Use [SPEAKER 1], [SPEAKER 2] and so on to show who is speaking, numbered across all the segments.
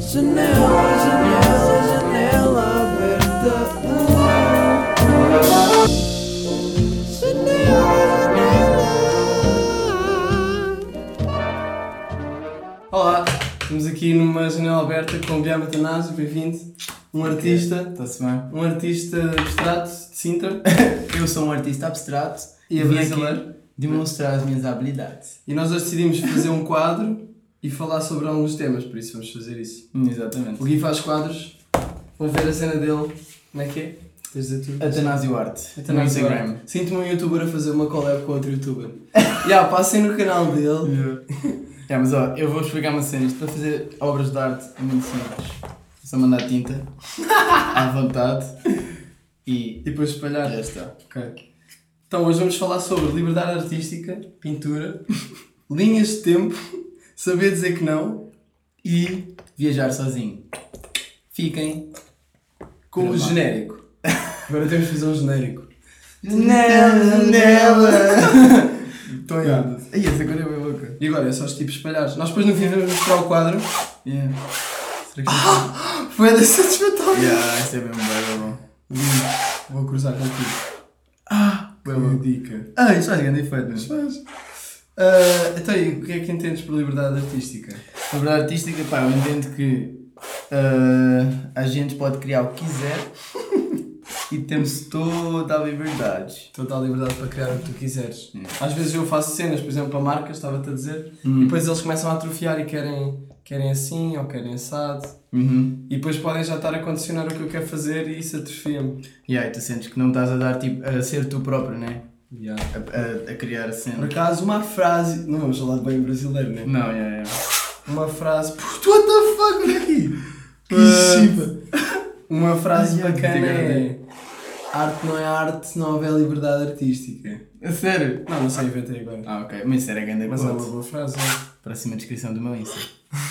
[SPEAKER 1] Janela, janela, janela aberta. Janela,
[SPEAKER 2] Olá, estamos aqui numa janela aberta com o Guilherme Atanásio, bem-vindo. Um artista,
[SPEAKER 3] Está-se bem.
[SPEAKER 2] um artista abstrato de Sintra
[SPEAKER 3] Eu sou um artista abstrato
[SPEAKER 2] e
[SPEAKER 3] vim aqui
[SPEAKER 2] brasileiro.
[SPEAKER 3] demonstrar as minhas habilidades.
[SPEAKER 2] E nós hoje decidimos fazer um quadro e falar sobre alguns temas, por isso vamos fazer isso.
[SPEAKER 3] Exatamente.
[SPEAKER 2] O Gui faz quadros, vou ver a cena dele, como é que é? Tens de dizer tudo?
[SPEAKER 3] Atanásio Arte.
[SPEAKER 2] Até não
[SPEAKER 3] Instagram.
[SPEAKER 2] agora. Sinto-me um youtuber a fazer uma collab com outro youtuber. Já, passem no canal dele.
[SPEAKER 3] É, mas ó, eu vou explicar uma cena. Isto para fazer obras de arte é muito simples. É só mandar tinta à vontade e
[SPEAKER 2] E depois espalhar.
[SPEAKER 3] já está.
[SPEAKER 2] Ok. Então hoje vamos falar sobre liberdade artística, pintura, linhas de tempo, saber dizer que não e
[SPEAKER 3] Viajar sozinho. Fiquem.
[SPEAKER 2] com o
[SPEAKER 3] Gravado.
[SPEAKER 2] genérico. Agora temos que fazer um genérico.
[SPEAKER 3] Estou
[SPEAKER 2] errado.
[SPEAKER 3] Ai, essa cor é bem louca.
[SPEAKER 2] E agora é só os tipos espalhados. Nós depois no fim vamos mostrar o quadro.
[SPEAKER 3] Yeah. Será que ah!
[SPEAKER 2] Foi da satisfatória.
[SPEAKER 3] Yeah, isto é bem bom.
[SPEAKER 2] Vou cruzar contigo.
[SPEAKER 3] Ah!
[SPEAKER 2] Boa uma dica.
[SPEAKER 3] Ah, isto faz grande efeito,
[SPEAKER 2] Mas
[SPEAKER 3] mas.
[SPEAKER 2] faz. Ah, então e o que é que entendes por liberdade artística?
[SPEAKER 3] A verdade artística, pá, eu entendo que ah, a gente pode criar o que quiser e temos toda a liberdade.
[SPEAKER 2] Total liberdade para criar o que tu quiseres.
[SPEAKER 3] Hum.
[SPEAKER 2] Às vezes eu faço cenas, por exemplo, para marcas, estava-te a dizer, E depois eles começam a atrofiar e querem, querem assim ou querem assado.
[SPEAKER 3] Uhum.
[SPEAKER 2] E depois podem já estar a condicionar o que eu quero fazer e isso atrofia-me.
[SPEAKER 3] E aí, tu sentes que não estás a dar tipo a ser tu próprio, né?
[SPEAKER 2] Yeah.
[SPEAKER 3] A, a, a criar a
[SPEAKER 2] Por
[SPEAKER 3] cena.
[SPEAKER 2] acaso, uma frase. Não vamos falar de bem brasileiro, né?
[SPEAKER 3] Não, é, yeah, é.
[SPEAKER 2] Uma frase. Puto, what the fuck, olha aqui!
[SPEAKER 3] Que
[SPEAKER 2] Uma frase
[SPEAKER 3] Hum. Ai, ai,
[SPEAKER 2] bacana é.
[SPEAKER 3] obrigado.
[SPEAKER 2] Arte não é arte se não houver liberdade artística.
[SPEAKER 3] A sério?
[SPEAKER 2] Não, não sei, inventei agora.
[SPEAKER 3] Ah, ok. Mas isso era grande
[SPEAKER 2] Mas é uma
[SPEAKER 3] quote.
[SPEAKER 2] boa frase. é.
[SPEAKER 3] Próxima descrição do meu Insta.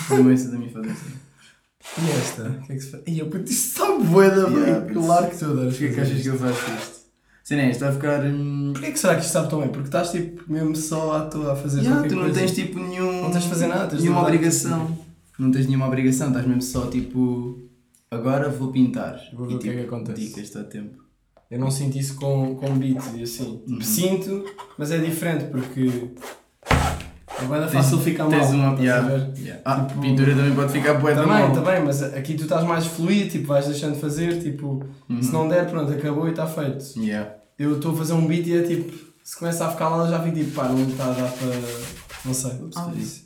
[SPEAKER 3] do meu Insta da minha foto.
[SPEAKER 2] E esta? O que é que se faz? E eu, puto, isto está boeda,
[SPEAKER 3] Yeah,
[SPEAKER 2] bem.
[SPEAKER 3] puto.
[SPEAKER 2] Claro que tu adoras.
[SPEAKER 3] Porquê é que
[SPEAKER 2] fazer
[SPEAKER 3] achas
[SPEAKER 2] isto.
[SPEAKER 3] que eu faço isto? Sim, né? Isto vai ficar. Hum...
[SPEAKER 2] Porquê é que será que isto sabe tão bem? Porque estás tipo mesmo só à toa a fazer
[SPEAKER 3] Yeah,
[SPEAKER 2] qualquer
[SPEAKER 3] tu não
[SPEAKER 2] coisa.
[SPEAKER 3] tens tipo nenhum.
[SPEAKER 2] Não tens de fazer nada, tens de
[SPEAKER 3] nenhuma
[SPEAKER 2] mudar.
[SPEAKER 3] obrigação. Não tens nenhuma obrigação, estás mesmo só tipo. Agora vou pintar. tipo,
[SPEAKER 2] Vou ver o que é que acontece.
[SPEAKER 3] Dicas, está a tempo.
[SPEAKER 2] Eu não sinto isso com, com beat e assim.
[SPEAKER 3] Uhum.
[SPEAKER 2] Sinto, mas é diferente porque é bem fácil ficar mal.
[SPEAKER 3] Tens uma.
[SPEAKER 2] estás a
[SPEAKER 3] yeah,
[SPEAKER 2] ver? Tá
[SPEAKER 3] yeah. Ah,
[SPEAKER 2] Tipo-
[SPEAKER 3] pintura também pode ficar bué da
[SPEAKER 2] Também,
[SPEAKER 3] mal.
[SPEAKER 2] também, mas aqui tu estás mais fluido, tipo, vais deixando de fazer, tipo,
[SPEAKER 3] Uhum.
[SPEAKER 2] se não der, pronto, acabou e está feito.
[SPEAKER 3] Yeah.
[SPEAKER 2] Eu estou a fazer um beat e é tipo, se começa a ficar mal, eu já fico tipo, pá, não está a dar para. Não sei.
[SPEAKER 3] Ah,
[SPEAKER 2] isso.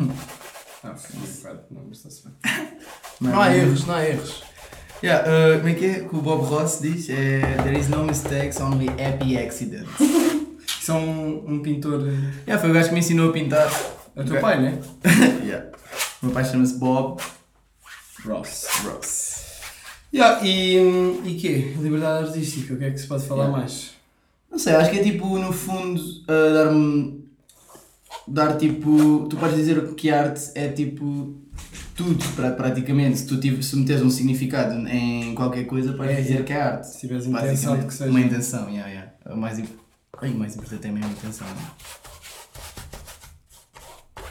[SPEAKER 2] Ah, foi um bocado, não, mas está-se bem. Não há erros, não há erros.
[SPEAKER 3] Yeah, uh, como é que é que o Bob Ross diz? É, There is no mistakes, only happy accidents.
[SPEAKER 2] Isso é um, um pintor. É
[SPEAKER 3] yeah, foi o gajo que me ensinou a pintar.
[SPEAKER 2] o teu
[SPEAKER 3] Ok.
[SPEAKER 2] pai, né?
[SPEAKER 3] yeah. O meu pai chama-se Bob
[SPEAKER 2] Ross.
[SPEAKER 3] Ross.
[SPEAKER 2] Yeah, e, hum, e quê? Liberdade artística, o que é que se pode falar
[SPEAKER 3] Yeah.
[SPEAKER 2] mais?
[SPEAKER 3] Não sei, acho que é tipo, no fundo, uh, dar-me. Dar tipo. Tu podes dizer que arte é tipo. Tudo, pra, praticamente. Se tu tive, se meteres um significado em qualquer coisa, podes
[SPEAKER 2] É,
[SPEAKER 3] dizer
[SPEAKER 2] é.
[SPEAKER 3] que é arte.
[SPEAKER 2] Se tiveres intenção de que seja.
[SPEAKER 3] Uma intenção, yeah, yeah. O mais, imp- Ai, o mais importante é mesmo a intenção. né?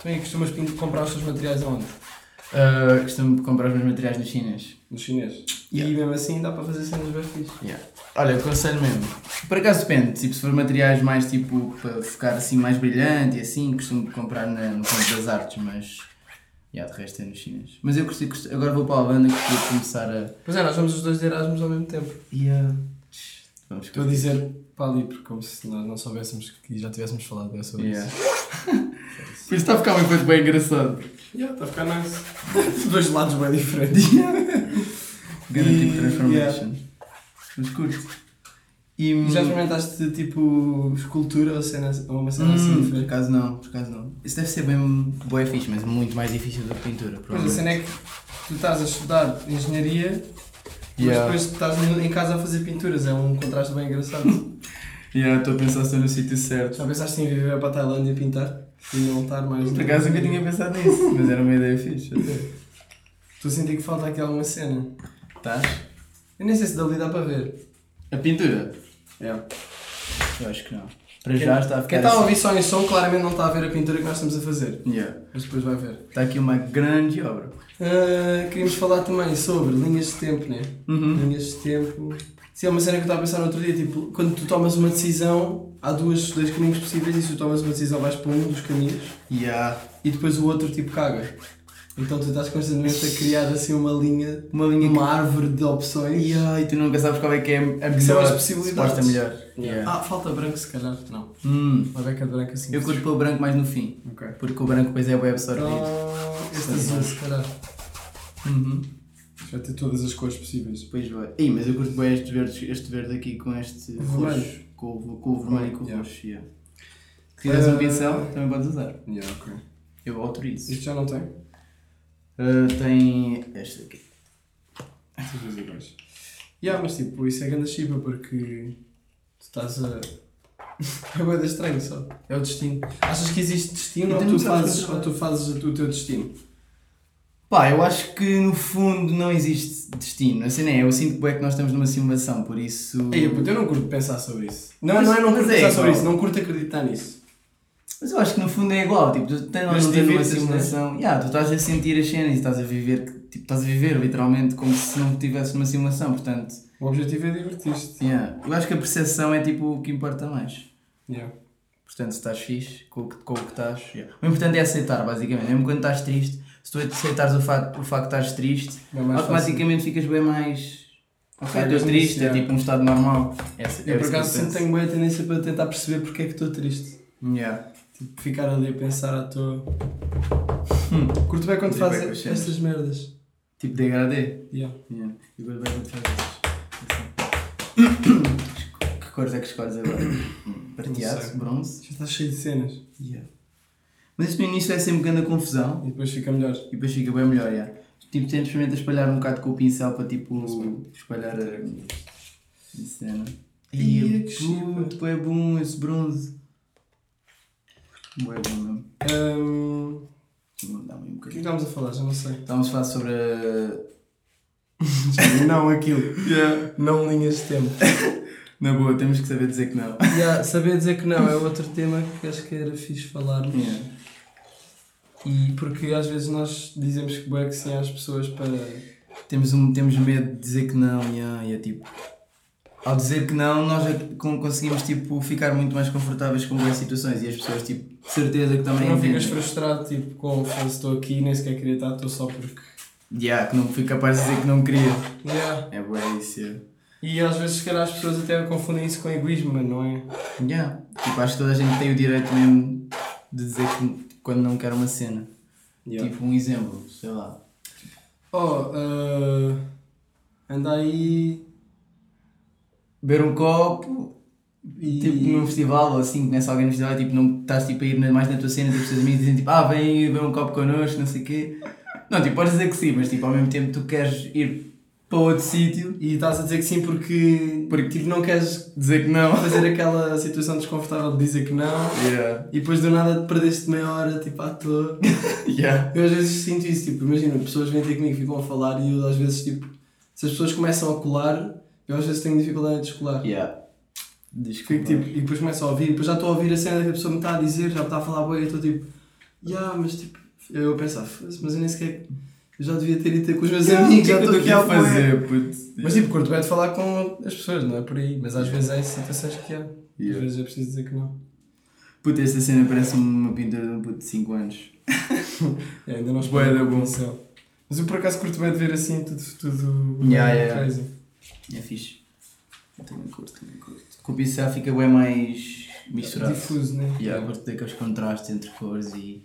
[SPEAKER 2] Também costumas pin- comprar os teus materiais aonde? Ah,
[SPEAKER 3] Uh, costumo comprar os meus materiais nas chinas.
[SPEAKER 2] No chinês. E
[SPEAKER 3] Yeah.
[SPEAKER 2] mesmo assim dá para fazer cenas bem fixe.
[SPEAKER 3] Yeah. Olha, aconselho mesmo. Por acaso depende, tipo, se for materiais mais tipo para ficar assim mais brilhante e assim, costumo comprar na- no campo das artes, mas yeah, de resto é nos chineses. Mas eu curti, curti- agora vou para a Holanda que queria começar a.
[SPEAKER 2] Pois é, nós vamos os dois de Erasmus ao mesmo tempo.
[SPEAKER 3] Yeah. Vamos
[SPEAKER 2] Estou a dizer para ali, porque como se nós não soubéssemos que já tivéssemos falado bem sobre
[SPEAKER 3] Yeah.
[SPEAKER 2] isso.
[SPEAKER 3] Por isso está a ficar uma coisa bem engraçado.
[SPEAKER 2] Yeah, está a ficar nice. dois lados bem diferentes.
[SPEAKER 3] Grande tipo
[SPEAKER 2] E-
[SPEAKER 3] de transformation. Mas curto. E hum,
[SPEAKER 2] Já experimentaste tipo escultura ou cena, ou uma cena assim
[SPEAKER 3] Hum, por
[SPEAKER 2] diferente?
[SPEAKER 3] acaso não, por acaso não. Isso deve ser bem boa fixe, mas muito mais difícil do que pintura,
[SPEAKER 2] Pois a
[SPEAKER 3] provavelmente.
[SPEAKER 2] cena é que tu estás a estudar engenharia,
[SPEAKER 3] Yeah.
[SPEAKER 2] mas depois estás em- em casa a fazer pinturas, é um contraste bem engraçado.
[SPEAKER 3] Yeah, estou a pensar se estou no sítio certo.
[SPEAKER 2] Já pensaste em viver para a Tailândia pintar e não estar mais.
[SPEAKER 3] Por acaso nunca tinha pensado nisso, mas era uma ideia fixe.
[SPEAKER 2] Estou a sentir que falta aqui alguma cena.
[SPEAKER 3] Estás?
[SPEAKER 2] Eu nem sei se dali dá para ver.
[SPEAKER 3] A pintura?
[SPEAKER 2] É.
[SPEAKER 3] Eu acho que não. Para já está a
[SPEAKER 2] Quem
[SPEAKER 3] ficar.
[SPEAKER 2] está a
[SPEAKER 3] assim.
[SPEAKER 2] ouvir só em som claramente não está a ver a pintura que nós estamos a fazer.
[SPEAKER 3] Yeah.
[SPEAKER 2] Mas depois vai ver.
[SPEAKER 3] Está aqui uma grande obra.
[SPEAKER 2] Ah, queríamos falar também sobre linhas de tempo, né?
[SPEAKER 3] Uhum.
[SPEAKER 2] Linhas de tempo. Isso é uma cena que eu estava a pensar no outro dia, tipo, quando tu tomas uma decisão, há duas, dois caminhos possíveis e se tu tomas uma decisão vais para um dos caminhos
[SPEAKER 3] Yeah.
[SPEAKER 2] e depois o outro tipo caga. Então tu estás constantemente a criar assim uma linha,
[SPEAKER 3] Uma linha
[SPEAKER 2] uma árvore de opções.
[SPEAKER 3] Yeah, e tu nunca sabes qual é que é a melhor.
[SPEAKER 2] são as possibilidades.
[SPEAKER 3] suposta melhor. Yeah.
[SPEAKER 2] Ah, falta branco se calhar. Não.
[SPEAKER 3] Hum,
[SPEAKER 2] Uma beca de branco assim. tipo,
[SPEAKER 3] eu curto pelo branco mais no fim.
[SPEAKER 2] Ok.
[SPEAKER 3] Porque o branco depois é web absorvido.
[SPEAKER 2] Ah, este azul se calhar.
[SPEAKER 3] Uhum.
[SPEAKER 2] Vai ter todas as cores possíveis.
[SPEAKER 3] Depois vai. Ih, mas eu curto bem este verde, este verde aqui com este
[SPEAKER 2] Vermelho.
[SPEAKER 3] roxo. Com, o- com o vermelho e com o
[SPEAKER 2] Yeah.
[SPEAKER 3] roxo. yeah. Se quiseres um
[SPEAKER 2] Eh,
[SPEAKER 3] pincel, também podes usar.
[SPEAKER 2] Yeah, ok.
[SPEAKER 3] Eu autorizo.
[SPEAKER 2] Isto já não tem?
[SPEAKER 3] Ah, tem este aqui.
[SPEAKER 2] Essas coisas iguais. é Yeah, mas tipo, isso é grande chiba porque tu estás a. É boeda estranho só. É o destino. Achas que existe destino
[SPEAKER 3] Então
[SPEAKER 2] ou
[SPEAKER 3] não
[SPEAKER 2] tu,
[SPEAKER 3] sabes
[SPEAKER 2] fazes,
[SPEAKER 3] fazer
[SPEAKER 2] ou tu fazes o teu destino?
[SPEAKER 3] Pá, eu acho que no fundo não existe destino. Assim, né? Eu sinto que é que nós estamos numa simulação, por isso.
[SPEAKER 2] Ei, puto, É, eu não curto pensar sobre isso. Não,
[SPEAKER 3] Mas-
[SPEAKER 2] não é não
[SPEAKER 3] mas
[SPEAKER 2] curto
[SPEAKER 3] é
[SPEAKER 2] pensar sobre
[SPEAKER 3] igual.
[SPEAKER 2] isso, não curto acreditar nisso.
[SPEAKER 3] Mas eu acho que no fundo é igual, tipo, tu
[SPEAKER 2] Mas é?
[SPEAKER 3] tens não tens uma
[SPEAKER 2] divirtes,
[SPEAKER 3] simulação. Yeah, tu estás a sentir as cenas e estás a viver, que- tipo, estás a viver literalmente como se não estivesse numa simulação, portanto.
[SPEAKER 2] O objetivo é divertir-te.
[SPEAKER 3] Yeah. Eu acho que a percepção é tipo o que importa mais.
[SPEAKER 2] Yeah.
[SPEAKER 3] Portanto, se estás fixe com o que, com o que estás. O importante é aceitar, basicamente. Mesmo quando estás triste, se tu aceitares o facto, o facto de estás triste,
[SPEAKER 2] É mais
[SPEAKER 3] automaticamente ficas bem mais. Ok,
[SPEAKER 2] Ah,
[SPEAKER 3] estou
[SPEAKER 2] mas
[SPEAKER 3] triste,
[SPEAKER 2] isso,
[SPEAKER 3] é
[SPEAKER 2] yeah.
[SPEAKER 3] tipo um estado normal. É,
[SPEAKER 2] Eu, por acaso sempre tenho boa tendência para tentar perceber porque é que estou triste.
[SPEAKER 3] Yeah.
[SPEAKER 2] Tipo, ficar ali a pensar à toa. Hum, Curto bem quando
[SPEAKER 3] Digo bem com as
[SPEAKER 2] fazes
[SPEAKER 3] cenas.
[SPEAKER 2] estas merdas.
[SPEAKER 3] Tipo degradê.
[SPEAKER 2] Yeah.
[SPEAKER 3] Yeah. Eu gosto bem quando fazes isso. Assim. Que cores é que escolhes agora? Hum,
[SPEAKER 2] sei.
[SPEAKER 3] Prateado, bronze.
[SPEAKER 2] Já estás cheio de cenas.
[SPEAKER 3] Yeah. Mas isso no início é sempre grande a confusão.
[SPEAKER 2] E depois fica melhor.
[SPEAKER 3] E depois fica bem melhor, já. Tipo, tento experimentar espalhar um bocado com o pincel para tipo espalhar a, a cena.
[SPEAKER 2] Ia,
[SPEAKER 3] E
[SPEAKER 2] que
[SPEAKER 3] puto, é bom esse bronze. Bué bom mesmo.
[SPEAKER 2] Ahm,
[SPEAKER 3] Vou dar
[SPEAKER 2] o
[SPEAKER 3] um
[SPEAKER 2] que é que
[SPEAKER 3] bocadinho.
[SPEAKER 2] estávamos a falar? Já não sei.
[SPEAKER 3] Estávamos a Então falar sobre a.
[SPEAKER 2] não aquilo. Não linhas de tempo.
[SPEAKER 3] Na boa, temos que saber dizer que não.
[SPEAKER 2] Yeah, saber dizer que não é outro tema que acho que era fixe falarmos.
[SPEAKER 3] Yeah.
[SPEAKER 2] E porque às vezes nós dizemos que bué que sim às pessoas para.
[SPEAKER 3] Temos, um, temos medo de dizer que não, yeah, e é tipo. Ao dizer que não, nós é- con- conseguimos tipo, ficar muito mais confortáveis com boas situações e as pessoas, tipo, de certeza que também
[SPEAKER 2] não ficas
[SPEAKER 3] entendem.
[SPEAKER 2] frustrado tipo com foda-se, estou aqui nem sequer queria estar, estou só porque.
[SPEAKER 3] Yeah, que não fui capaz de dizer que não queria.
[SPEAKER 2] Yeah.
[SPEAKER 3] É boa isso. yeah.
[SPEAKER 2] E às vezes se calhar as pessoas até confundem isso com egoísmo, mas não é?
[SPEAKER 3] Yeah. Tipo, acho que toda a gente tem o direito mesmo de dizer que quando não quer uma cena.
[SPEAKER 2] Yeah.
[SPEAKER 3] Tipo, um exemplo, sei lá.
[SPEAKER 2] Oh, ah, anda aí
[SPEAKER 3] Beber um copo,
[SPEAKER 2] e.
[SPEAKER 3] tipo, num festival ou assim, conhece alguém no festival e tipo, não estás tipo, a ir na- mais na tua cena, tipo, os teus amigos dizem tipo, ah, vem beber um copo connosco, não sei o quê. Não, tipo, podes dizer que sim, mas tipo, ao mesmo tempo tu queres ir para outro sítio,
[SPEAKER 2] E estás a dizer que sim porque,
[SPEAKER 3] Porque-
[SPEAKER 2] tipo, não queres
[SPEAKER 3] dizer que não.
[SPEAKER 2] fazer aquela situação desconfortável de dizer que não
[SPEAKER 3] Yeah.
[SPEAKER 2] e depois do nada perdeste meia hora, tipo, à toa.
[SPEAKER 3] Yeah.
[SPEAKER 2] Eu às vezes sinto isso, tipo, imagina, pessoas vêm ter comigo e ficam a falar e eu às vezes, tipo, se as pessoas começam a colar, eu às vezes tenho dificuldade em descolar.
[SPEAKER 3] Yeah.
[SPEAKER 2] Fico,
[SPEAKER 3] Desculpa.
[SPEAKER 2] tipo, e depois começo a ouvir, depois já estou a ouvir a cena que a pessoa me está a dizer, já me está a falar boa e eu estou tipo, yeah, mas tipo, eu pensava, mas eu nem sequer, eu já devia ter ido ter com os meus amigos,
[SPEAKER 3] é
[SPEAKER 2] já é estou aqui a fazer.
[SPEAKER 3] puto?
[SPEAKER 2] Mas tipo, curto bem de falar com as pessoas, não é por aí. Mas às vezes há situações que há. Às vezes é preciso dizer que não.
[SPEAKER 3] Puta, esta cena parece uma pintura de um puto de 5 anos.
[SPEAKER 2] É, ainda não
[SPEAKER 3] Bué da bom.
[SPEAKER 2] céu. Mas eu por acaso curto bem de ver assim tudo, tudo
[SPEAKER 3] Yeah, yeah.
[SPEAKER 2] crazy.
[SPEAKER 3] É fixe. Eu também curto, também curto. Com o pincel fica bem mais misturado.
[SPEAKER 2] Difuso, né?
[SPEAKER 3] E yeah, eu curto daqueles contrastes entre cores e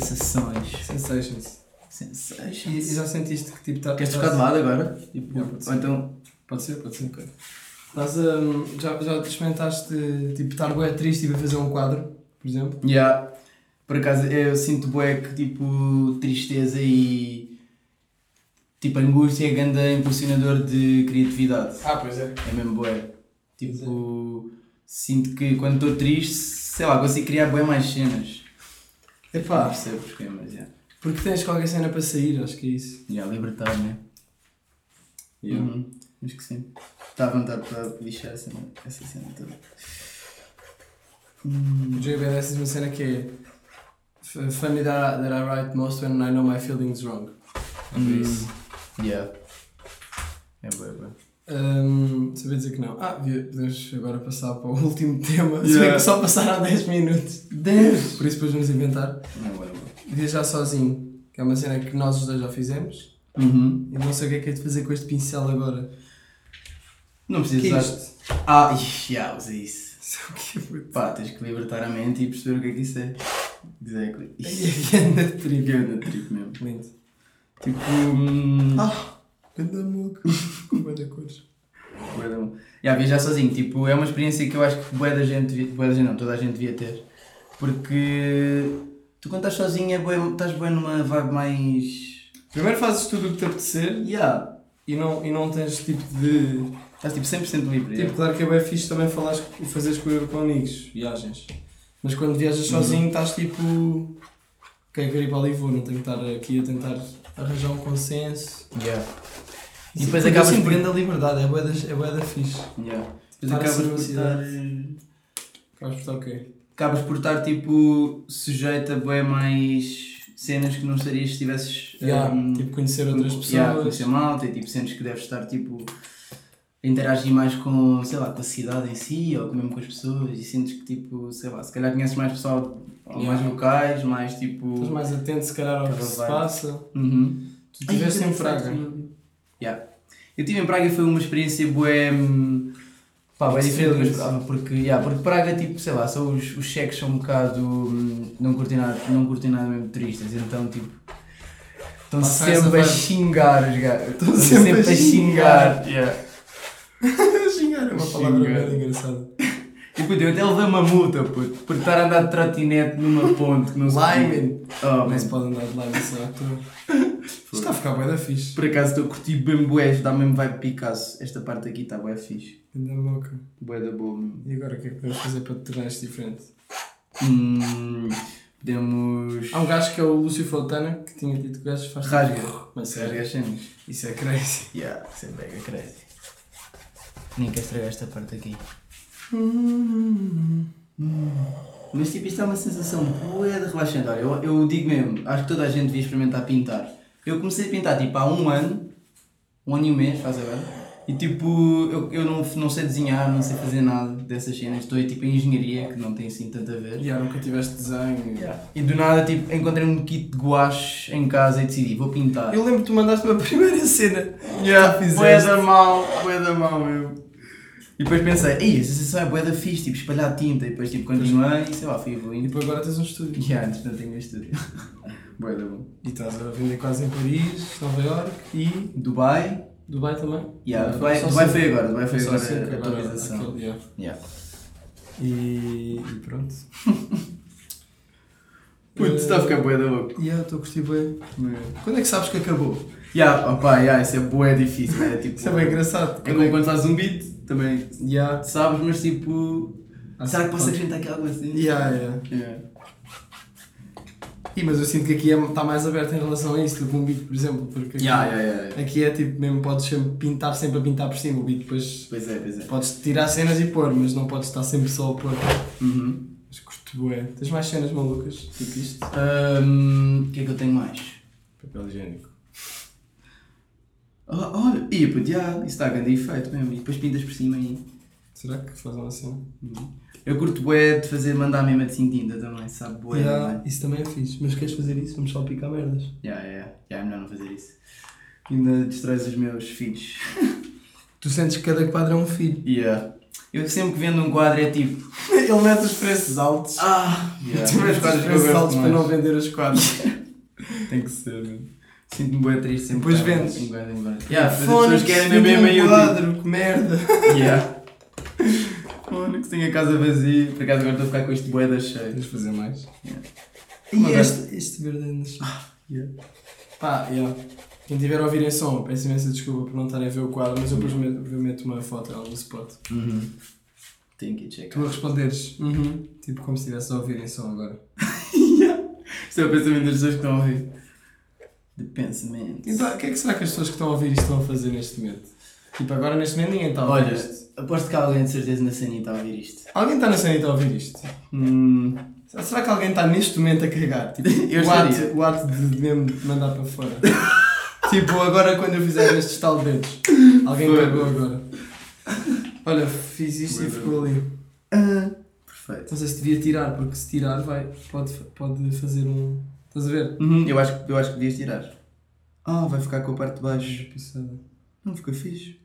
[SPEAKER 3] sensações.
[SPEAKER 2] Sensations. E, e
[SPEAKER 3] Sensations.
[SPEAKER 2] já sentiste que tipo tá,
[SPEAKER 3] Queres
[SPEAKER 2] tá-
[SPEAKER 3] trocar de lado agora? Tipo,
[SPEAKER 2] Yeah, pode ser.
[SPEAKER 3] ou então.
[SPEAKER 2] Pode ser, pode ser. ok. Estás a. já, já te experimentaste tipo estar bué triste e vai fazer um quadro, por exemplo?
[SPEAKER 3] Yeah. Por acaso eu sinto bué que tipo tristeza e tipo angústia é grande impulsionador de criatividade.
[SPEAKER 2] Ah, pois é.
[SPEAKER 3] É mesmo bué. Tipo, sinto que quando estou triste, sei lá, consigo criar bué mais cenas. Não
[SPEAKER 2] Epá,
[SPEAKER 3] percebo porquê, mas é.
[SPEAKER 2] porque tens qualquer cena para sair, acho que é isso.
[SPEAKER 3] E a libertar, né?
[SPEAKER 2] Yeah.
[SPEAKER 3] Uhum. Acho que sim. Está à vontade para lixar essa, essa cena toda.
[SPEAKER 2] O JBLS diz uma cena que é "F- Funny that I, that I write most when I know my feelings wrong. é
[SPEAKER 3] Hum. Yeah. É boa, é boa.
[SPEAKER 2] Hum, sabia dizer que não. Ah, vi- podemos agora passar para o último tema. Se bem
[SPEAKER 3] Yeah.
[SPEAKER 2] que só passaram 10 minutos. 10! Por isso depois vamos inventar.
[SPEAKER 3] Não, boa, é boa.
[SPEAKER 2] Viajar sozinho, que é uma cena que nós os dois já fizemos.
[SPEAKER 3] Uhum.
[SPEAKER 2] E não sei o que é que é de fazer com este pincel agora.
[SPEAKER 3] Não
[SPEAKER 2] O que é
[SPEAKER 3] precisas.
[SPEAKER 2] isto?
[SPEAKER 3] Ah, ixi, ah, usa isso.
[SPEAKER 2] Isso é o que é puto.
[SPEAKER 3] Pá, tens que libertar a mente e perceber o que é que isso é. Exactly.
[SPEAKER 2] E
[SPEAKER 3] Ixi,
[SPEAKER 2] a grande
[SPEAKER 3] que
[SPEAKER 2] tribo.
[SPEAKER 3] grande trip mesmo.
[SPEAKER 2] Lindo.
[SPEAKER 3] Tipo. Hum...
[SPEAKER 2] Ah! Ganda moca. Com bué de cores.
[SPEAKER 3] Bué da bom. Já, viajar sozinho, tipo, é uma experiência que eu acho que boa da gente, devia- bué da gente não, toda a gente devia ter. Porque tu quando estás sozinho é bué, estás bem numa vibe mais.
[SPEAKER 2] Primeiro fazes tudo o que te apetecer
[SPEAKER 3] Yeah,
[SPEAKER 2] e não, e não tens tipo de.
[SPEAKER 3] estás tipo 100% livre.
[SPEAKER 2] Tipo,
[SPEAKER 3] yeah.
[SPEAKER 2] claro que é bem fixe também falares e fazeres com, com amigos, viagens. Mas quando viajas
[SPEAKER 3] Uhum.
[SPEAKER 2] sozinho estás tipo. Ok, quero ir para ali e vou, não tenho que estar aqui a tentar arranjar um consenso.
[SPEAKER 3] Yeah. E
[SPEAKER 2] Sim,
[SPEAKER 3] depois
[SPEAKER 2] porque
[SPEAKER 3] acabas
[SPEAKER 2] assim,
[SPEAKER 3] por-
[SPEAKER 2] prende a liberdade, é bué da, é bué da fixe.
[SPEAKER 3] Yeah. Depois
[SPEAKER 2] Estar
[SPEAKER 3] acabas
[SPEAKER 2] assim
[SPEAKER 3] por
[SPEAKER 2] numa
[SPEAKER 3] estar. eh,
[SPEAKER 2] Acabas por estar ok.
[SPEAKER 3] Acabas por estar tipo sujeito a bué mais cenas que não estarias se tivesses.
[SPEAKER 2] Yeah,
[SPEAKER 3] hum,
[SPEAKER 2] tipo, conhecer outras pessoas.
[SPEAKER 3] Yeah, conhecer malta e tipo, sentes que deves estar tipo, a interagir mais com, sei lá, com a cidade em si ou mesmo com as pessoas e sentes que tipo, sei lá, se calhar conheces mais pessoal, ou
[SPEAKER 2] Yeah.
[SPEAKER 3] mais locais, mais tipo.
[SPEAKER 2] Estás mais atento se calhar ao que
[SPEAKER 3] Cada
[SPEAKER 2] se
[SPEAKER 3] vibe.
[SPEAKER 2] passa.
[SPEAKER 3] Uhum.
[SPEAKER 2] Tu estiveste em Praga.
[SPEAKER 3] Yeah. Eu estive em Praga e foi uma experiência bué. hum, Pá, bem diferente do que eu esperava, porque, yeah, porque Praga, tipo, sei lá, são os, os cheques são um bocado. hum, não curtem nada, não curtem nada mesmo turistas, então, tipo. Estão
[SPEAKER 2] Passa essa
[SPEAKER 3] sempre a
[SPEAKER 2] vibe.
[SPEAKER 3] xingar os gajos. Estão
[SPEAKER 2] sempre
[SPEAKER 3] sempre
[SPEAKER 2] a
[SPEAKER 3] a xingar. Yeah.
[SPEAKER 2] Xingar é uma palavra
[SPEAKER 3] Xingar.
[SPEAKER 2] bem engraçada.
[SPEAKER 3] E puto, eu até levei uma multa, puto, por estar a andar de trotinete numa ponte que não se
[SPEAKER 2] Lime.
[SPEAKER 3] podia. Oh,
[SPEAKER 2] Não
[SPEAKER 3] mas
[SPEAKER 2] se pode andar de lado assim à toa. Isto está a ficar bué da fixe.
[SPEAKER 3] por acaso estou a curtir bem bué, dá mesmo vibe Picasso. Esta parte aqui está bué fixe.
[SPEAKER 2] Ainda louca.
[SPEAKER 3] Bué da boa mesmo.
[SPEAKER 2] E agora o que é que podemos fazer para te tornar isto diferente?
[SPEAKER 3] Hum, podemos...
[SPEAKER 2] Há um gajo que é o Lúcio Fontana que tinha dito que o gajo faz.
[SPEAKER 3] Rasga.
[SPEAKER 2] Mas
[SPEAKER 3] Rasga
[SPEAKER 2] sério,
[SPEAKER 3] as cenas.
[SPEAKER 2] isso é crazy.
[SPEAKER 3] Yeah, isso é mega crazy. Nem quero estragar esta parte aqui. Mas tipo, isto é uma sensação bué de relaxante. Olha, eu, eu digo mesmo, acho que toda a gente devia experimentar pintar. Eu comecei a pintar tipo há um ano, um ano e um mês, faz agora. E tipo, eu, eu não, não sei desenhar, não sei fazer nada dessas cenas. Estou aí, tipo em engenharia, que não tem assim tanto a ver.
[SPEAKER 2] E yeah, nunca tiveste desenho.
[SPEAKER 3] E do nada, tipo, encontrei um kit de guache em casa e decidi, vou pintar.
[SPEAKER 2] Eu lembro que tu mandaste uma primeira cena.
[SPEAKER 3] Yeah,
[SPEAKER 2] fizeste.
[SPEAKER 3] bué da mal, bué da mal mesmo. E depois pensei, ei, a sensação é bué da fixe, tipo, espalhar tinta. E depois, tipo, continuei e sei lá, fui
[SPEAKER 2] E
[SPEAKER 3] evoluindo.
[SPEAKER 2] depois agora tens um estúdio.
[SPEAKER 3] E antes não tenho estúdio. bué da bom.
[SPEAKER 2] E estás a vender quase em Paris, Nova Iorque,
[SPEAKER 3] E Dubai,
[SPEAKER 2] Dubai também.
[SPEAKER 3] yeah,
[SPEAKER 2] Não,
[SPEAKER 3] Dubai,
[SPEAKER 2] só
[SPEAKER 3] Dubai
[SPEAKER 2] cinco.
[SPEAKER 3] foi agora, Dubai foi
[SPEAKER 2] Só cinco
[SPEAKER 3] agora a
[SPEAKER 2] agora,
[SPEAKER 3] atualização.
[SPEAKER 2] aquele, yeah.
[SPEAKER 3] Yeah.
[SPEAKER 2] E, e pronto. Eh,
[SPEAKER 3] Putz, está tá a ficar é bué da louco.
[SPEAKER 2] E yeah, estou a curtir bem. Quando é que sabes que acabou?
[SPEAKER 3] Yeah, opa, yeah, isso é bué difícil, é tipo...
[SPEAKER 2] Isso é bem engraçado.
[SPEAKER 3] É como quando fazes um beat, também
[SPEAKER 2] Yeah.
[SPEAKER 3] sabes, mas tipo...
[SPEAKER 2] Ah,
[SPEAKER 3] será que posso
[SPEAKER 2] pode-
[SPEAKER 3] acrescentar aqui algo assim?
[SPEAKER 2] Yeah, yeah.
[SPEAKER 3] Yeah.
[SPEAKER 2] Ih, mas eu sinto que aqui está mais aberto em relação a isso do que um beat, por exemplo, porque aqui,
[SPEAKER 3] Yeah, yeah, yeah, yeah.
[SPEAKER 2] aqui é tipo, mesmo podes sempre pintar, sempre a pintar por cima, o beat depois
[SPEAKER 3] Pois é, pois é.
[SPEAKER 2] podes tirar cenas e pôr, mas não podes estar sempre só a pôr.
[SPEAKER 3] Uhum.
[SPEAKER 2] Mas curto bué. Tens mais cenas malucas, tipo isto?
[SPEAKER 3] Ahm, O que é que eu tenho mais?
[SPEAKER 2] Papel higiênico.
[SPEAKER 3] Ah, olha, e puto, já, isso está a grande efeito mesmo. E depois pintas por cima aí.
[SPEAKER 2] Será que faz uma cena?
[SPEAKER 3] Eu curto bué de fazer mandar mesmo assim tinta também, sabe? Bué,
[SPEAKER 2] Yeah,
[SPEAKER 3] yeah.
[SPEAKER 2] isso também é fixe, mas queres fazer isso? Vamos só picar merdas.
[SPEAKER 3] Yeah, yeah, yeah, é melhor não fazer isso. Ainda destróis os meus filhos.
[SPEAKER 2] Tu sentes que cada quadro é um filho.
[SPEAKER 3] Yeah. Eu sempre que vendo um quadro é tipo.
[SPEAKER 2] Ele mete os preços altos.
[SPEAKER 3] Ah! Yeah.
[SPEAKER 2] Tu metes
[SPEAKER 3] Os
[SPEAKER 2] os
[SPEAKER 3] quadros que eu
[SPEAKER 2] preços
[SPEAKER 3] gosto
[SPEAKER 2] altos para
[SPEAKER 3] mais.
[SPEAKER 2] não vender os quadros.
[SPEAKER 3] Tem que ser, mano. Sinto-me bué triste sempre.
[SPEAKER 2] Depois
[SPEAKER 3] que há
[SPEAKER 2] vendes.
[SPEAKER 3] Um quadro em quadro. Yeah, depois as
[SPEAKER 2] Fones,
[SPEAKER 3] pessoas querem na mesma e eu tipo,
[SPEAKER 2] quadro, que merda.
[SPEAKER 3] Yeah. Mano, que tenho a casa vazia. Por acaso agora estou a ficar com este boeda cheio.
[SPEAKER 2] Queres fazer mais? Ah,
[SPEAKER 3] Uma
[SPEAKER 2] E
[SPEAKER 3] vez-
[SPEAKER 2] este, este verde ainda está. Pá, yeah. Quem tiver a ouvir em som, peço imensa desculpa por não estarem a ver o quadro, mas eu depois meto, eu meto uma foto lá no spot.
[SPEAKER 3] Uhum. Tenho que ir checar.
[SPEAKER 2] Tu a responderes, uhum, tipo como se estivesse a ouvir em som agora.
[SPEAKER 3] Isto é o pensamento das pessoas que estão a ouvir. De pensamento.
[SPEAKER 2] Então, o que é que será que as pessoas que estão a ouvir isto estão a fazer neste momento? Tipo, agora neste momento ninguém está a ouvir
[SPEAKER 3] Olha,
[SPEAKER 2] isto.
[SPEAKER 3] aposto que há alguém de certeza na sanita a ouvir isto.
[SPEAKER 2] Alguém está na sanita a ouvir isto? Hum, será que alguém está neste momento a cagar? Tipo,
[SPEAKER 3] Eu
[SPEAKER 2] o, ato,
[SPEAKER 3] estaria.
[SPEAKER 2] o ato de mesmo de mandar para fora. tipo, agora quando eu fizer este tal de dedos. Alguém
[SPEAKER 3] Foi.
[SPEAKER 2] cagou agora. Olha, fiz isto e ficou ali.
[SPEAKER 3] Ah, Perfeito.
[SPEAKER 2] Não sei se devia tirar, porque se tirar vai, pode, pode fazer um. Estás a ver?
[SPEAKER 3] Uhum, eu, acho, que- eu acho que devias tirar. Ah, vai ficar com a parte de baixo.
[SPEAKER 2] Pisada.
[SPEAKER 3] Não fica fixe.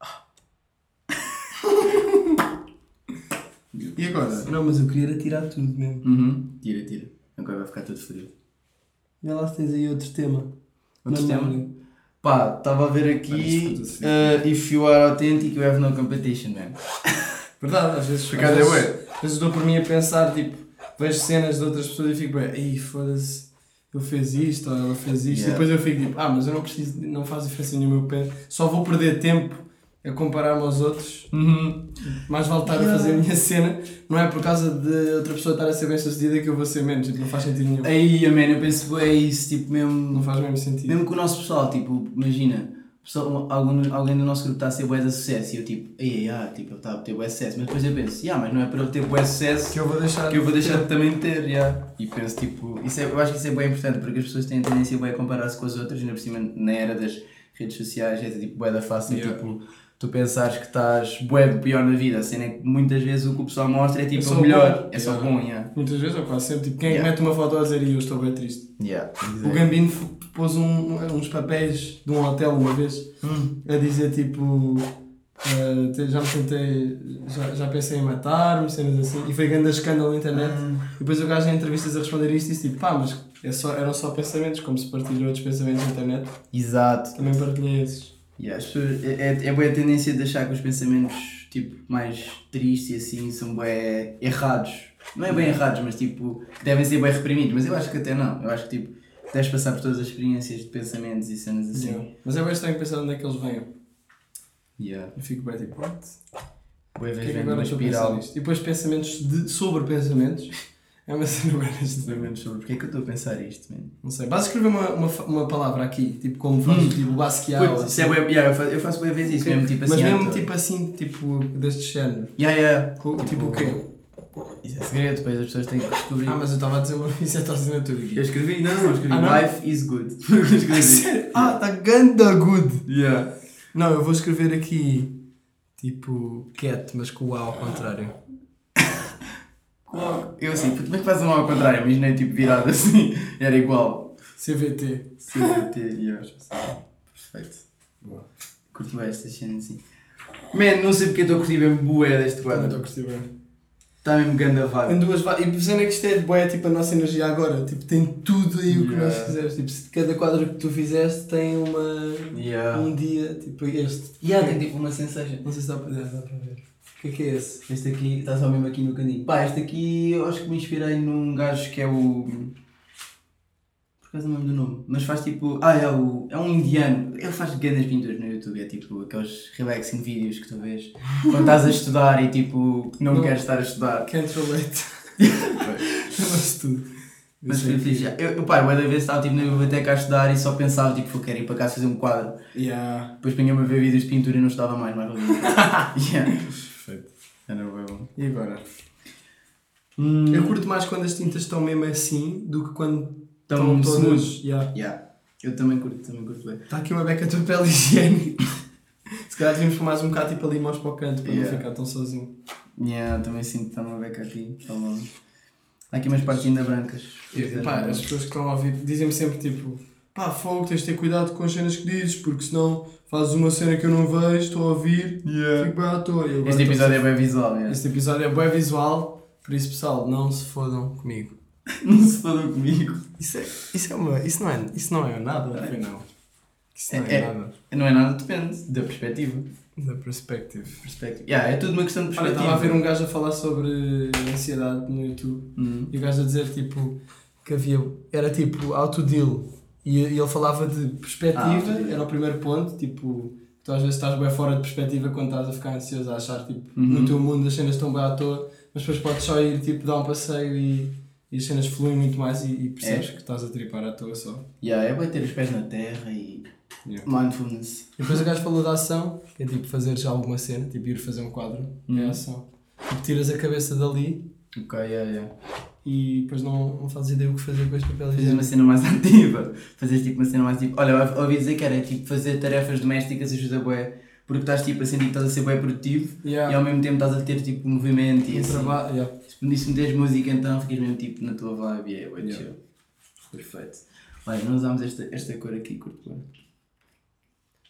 [SPEAKER 3] Ah. e agora?
[SPEAKER 4] Não, mas eu queria era tirar tudo mesmo.
[SPEAKER 3] Uhum. Tira, tira. Agora vai ficar tudo frio.
[SPEAKER 4] Vê lá se tens aí outro tema.
[SPEAKER 3] Outro
[SPEAKER 4] Não,
[SPEAKER 3] tema?
[SPEAKER 4] não.
[SPEAKER 3] Pá, estava a ver aqui uh, If You Are Authentic, You Have No Competition, man.
[SPEAKER 2] Verdade, às vezes.
[SPEAKER 3] Obrigado,
[SPEAKER 2] às vezes-
[SPEAKER 3] é
[SPEAKER 2] Às vezes dou por mim a pensar, tipo, vejo cenas de outras pessoas e fico bem, ei, foda-se, ele fez isto ou ela fez isto.
[SPEAKER 3] Yeah.
[SPEAKER 2] E depois eu fico tipo, ah, mas eu não preciso, não faz diferença nenhuma, eu pe- só vou perder tempo a comparar-me aos outros.
[SPEAKER 3] Uhum.
[SPEAKER 2] Mais vale estar a fazer a minha cena, não é por causa de outra pessoa estar a ser bem sucedida que eu vou ser menos, tipo, não faz sentido nenhum.
[SPEAKER 3] Aí, man, eu penso, é isso, tipo, mesmo...
[SPEAKER 2] Não faz mesmo sentido.
[SPEAKER 3] Mesmo que o nosso pessoal, tipo, imagina, pessoal, algum, alguém do nosso grupo está a ser bué de sucesso e eu tipo, ei, ei, ah, tipo, ele está a ter bué de sucesso, mas depois eu penso, ah, mas não é para ele ter bué de sucesso
[SPEAKER 2] Que eu vou deixar.
[SPEAKER 3] que eu vou deixar de também ter, yeah. E penso, tipo, isso é, eu acho que isso é bem importante porque as pessoas têm a tendência bué a comparar-se com as outras, ainda por cima na era das redes sociais é tipo bué da fácil,
[SPEAKER 2] Yeah.
[SPEAKER 3] tipo, tu pensares que estás bué do pior na vida, a cena é que muitas vezes o que o pessoal mostra é tipo
[SPEAKER 2] só
[SPEAKER 3] o melhor,
[SPEAKER 2] bom.
[SPEAKER 3] é só
[SPEAKER 2] Yeah.
[SPEAKER 3] bom, yeah.
[SPEAKER 2] Muitas vezes, ou quase sempre, tipo, quem é que
[SPEAKER 3] Yeah.
[SPEAKER 2] mete uma foto a dizer, "Ih, eu estou bem triste?
[SPEAKER 3] Yeah.
[SPEAKER 2] O Gambino f- pôs um- uns papéis de um hotel uma vez a dizer tipo. eh, te- já me tentei. Já, já pensei em matar-me, cenas assim. E foi grande escândalo na internet. E depois o gajo em entrevistas a responder isto disse tipo: pá, mas é só, eram só pensamentos, como se partilhou outros pensamentos na internet.
[SPEAKER 3] Exato.
[SPEAKER 2] Também partilhei esses.
[SPEAKER 3] Yeah, as pessoas, é, é, é bué a tendência de achar que os pensamentos tipo, mais tristes e assim são bué errados. Não
[SPEAKER 2] Uhum.
[SPEAKER 3] é bem errados, mas tipo, que devem ser bué reprimidos. Mas eu acho que até não. Eu acho que tipo, deves passar por todas as experiências de pensamentos e cenas assim. Yeah.
[SPEAKER 2] Yeah. Mas é bem estranho pensar onde é que eles vêm. Eu fico bem tipo: what?
[SPEAKER 3] Bué
[SPEAKER 2] Porquê
[SPEAKER 3] vezes
[SPEAKER 2] que
[SPEAKER 3] vem
[SPEAKER 2] agora
[SPEAKER 3] numa
[SPEAKER 2] estou a pensar
[SPEAKER 3] espiral.
[SPEAKER 2] nisto? E depois pensamentos de, sobre pensamentos. É uma cena bem estranha.
[SPEAKER 3] Sobre porque é que eu estou a pensar isto, mano.
[SPEAKER 2] Não sei, vais escrever uma, uma, fa- uma palavra aqui, tipo como fazes, tipo Basquiat. ou
[SPEAKER 3] Putz, Hum. Isso é bué, yeah, eu faço, eu faço bué vezes isso, mesmo tipo assim.
[SPEAKER 2] Mas mesmo
[SPEAKER 3] ah, tô-
[SPEAKER 2] tipo assim, tipo deste género.
[SPEAKER 3] Yeah, yeah.
[SPEAKER 2] Co- Tipo, o quê?
[SPEAKER 3] Isso é segredo, depois as pessoas têm que descobrir.
[SPEAKER 2] Ah, mas eu estava a dizer uma isso é a tua assinatura.
[SPEAKER 3] Eu escrevi, não, não, eu escrevi
[SPEAKER 2] Ah, não?
[SPEAKER 3] Life is good. Eu escrevi.
[SPEAKER 2] Ah, tá ganda good.
[SPEAKER 3] Yeah.
[SPEAKER 2] Não, eu vou escrever aqui, tipo, cat, mas com o A ao contrário.
[SPEAKER 3] Eu assim, puto, como é que faz um ao contrário? Imaginei tipo virado assim, era igual.
[SPEAKER 2] CVT.
[SPEAKER 3] CVT e eu acho assim. Perfeito. Curto bem estas cenas assim. Man, não sei porque estou a curtir bem bué deste
[SPEAKER 2] Não estou a
[SPEAKER 3] quadro.
[SPEAKER 2] curtir bem.
[SPEAKER 3] Está mesmo ganda
[SPEAKER 2] Em
[SPEAKER 3] vaga.
[SPEAKER 2] duas va- E a cena que isto é de boé, tipo, a nossa energia agora. Tipo, tem tudo aí o que
[SPEAKER 3] Yeah.
[SPEAKER 2] nós fizemos. Tipo, se cada quadro que tu fizeste tem uma.
[SPEAKER 3] Yeah.
[SPEAKER 2] Um dia, tipo, este.
[SPEAKER 3] Yeah, tem tipo uma sensação.
[SPEAKER 2] Não sei se dá para, dá para ver. O que é que é esse?
[SPEAKER 3] Este aqui, está só mesmo aqui no cantinho. Pá, este aqui eu acho que me inspirei num gajo que é o. Por acaso não me lembro do nome. Mas faz tipo. Ah, é o. É um indiano. Ele faz grandes pinturas no YouTube. É tipo aqueles relaxing vídeos que tu vês quando estás a estudar e tipo. Não,
[SPEAKER 2] Não.
[SPEAKER 3] queres estar a estudar.
[SPEAKER 2] Can't relate. Chama-se tudo.
[SPEAKER 3] Mas
[SPEAKER 2] Isso
[SPEAKER 3] foi
[SPEAKER 2] é
[SPEAKER 3] fixe. Eu, eu pá, eu uma vez estava tipo, na biblioteca a estudar e só pensava tipo, eu quero ir para casa fazer um quadro.
[SPEAKER 2] Yeah.
[SPEAKER 3] Depois punha-me a ver vídeos de pintura e não estudava mais, mais valia. yeah.
[SPEAKER 2] Perfeito.
[SPEAKER 3] Era bué bom.
[SPEAKER 2] E agora?
[SPEAKER 3] Hum,
[SPEAKER 2] Eu curto mais quando as tintas estão mesmo assim do que quando
[SPEAKER 3] Tão
[SPEAKER 2] estão todas.
[SPEAKER 3] smooth.
[SPEAKER 2] Está
[SPEAKER 3] yeah. Eu também curto, também curto bem.
[SPEAKER 2] aqui uma beca de papel higiênico. Se calhar devíamos pôr mais um bocado tipo ali mais para o canto para
[SPEAKER 3] Yeah.
[SPEAKER 2] não ficar tão sozinho.
[SPEAKER 3] Yeah, também sinto que está uma beca aqui. Tá bom. Há aqui umas partes ainda brancas.
[SPEAKER 2] Pá, as pessoas que estão a ouvir dizem-me sempre tipo pá, fogo, tens de ter cuidado com as cenas que dizes porque senão fazes uma cena que eu não vejo, estou a ouvir,
[SPEAKER 3] Yeah.
[SPEAKER 2] fico bem à toa. E agora
[SPEAKER 3] Este
[SPEAKER 2] estamos a
[SPEAKER 3] episódio é bem visual, yeah.
[SPEAKER 2] Este episódio é bem visual, por isso pessoal, não se fodam comigo.
[SPEAKER 3] não se fodam comigo.
[SPEAKER 2] Isso, é, isso, é uma, isso, não, é, isso não é nada, foi não. Isso não é,
[SPEAKER 3] É- é-
[SPEAKER 2] nada.
[SPEAKER 3] Não é nada, depende da perspectiva.
[SPEAKER 2] Da perspective.
[SPEAKER 3] Perspectiva. Yeah, é tudo uma questão de
[SPEAKER 2] Olha,
[SPEAKER 3] perspectiva.
[SPEAKER 2] estava a ver um gajo a falar sobre ansiedade no YouTube
[SPEAKER 3] Hum.
[SPEAKER 2] e o gajo a dizer tipo que havia. Era tipo autodeal e, e ele falava de
[SPEAKER 3] Ah,
[SPEAKER 2] perspectiva,
[SPEAKER 3] autodeal.
[SPEAKER 2] era o primeiro ponto, tipo. Tu às vezes estás bem fora de perspectiva quando estás a ficar ansioso, a achar tipo
[SPEAKER 3] Uhum.
[SPEAKER 2] no teu mundo as cenas estão bem à toa, mas depois podes só ir tipo dar um passeio e, e as cenas fluem muito mais e, e percebes
[SPEAKER 3] É.
[SPEAKER 2] que estás a tripar à toa só.
[SPEAKER 3] Yeah, é bater os pés na terra e.
[SPEAKER 2] Yeah.
[SPEAKER 3] Mindfulness.
[SPEAKER 2] E depois o gajo falou da ação, que é tipo fazeres alguma cena, tipo ir fazer um quadro, é
[SPEAKER 3] Hum.
[SPEAKER 2] ação. Tipo, tiras a cabeça dali
[SPEAKER 3] Ok, yeah, yeah.
[SPEAKER 2] e depois não, não fazes ideia o que fazer com este papel
[SPEAKER 3] Fazes uma
[SPEAKER 2] higiênico.
[SPEAKER 3] cena mais ativa. Fazes tipo uma cena mais ativa. Olha, eu ouvi dizer que era tipo fazer tarefas domésticas ajuda bué. Porque estás tipo a sentir que estás a ser bué produtivo e ao
[SPEAKER 2] Yeah.
[SPEAKER 3] mesmo tempo estás a ter tipo movimento e
[SPEAKER 2] Um
[SPEAKER 3] assim.
[SPEAKER 2] trabalho, yeah.
[SPEAKER 3] E se meteres música então ficas mesmo tipo na tua vibe e é bué
[SPEAKER 2] Yeah.
[SPEAKER 3] chill. Perfeito. Olha, nós usámos esta, esta cor aqui, curto bué.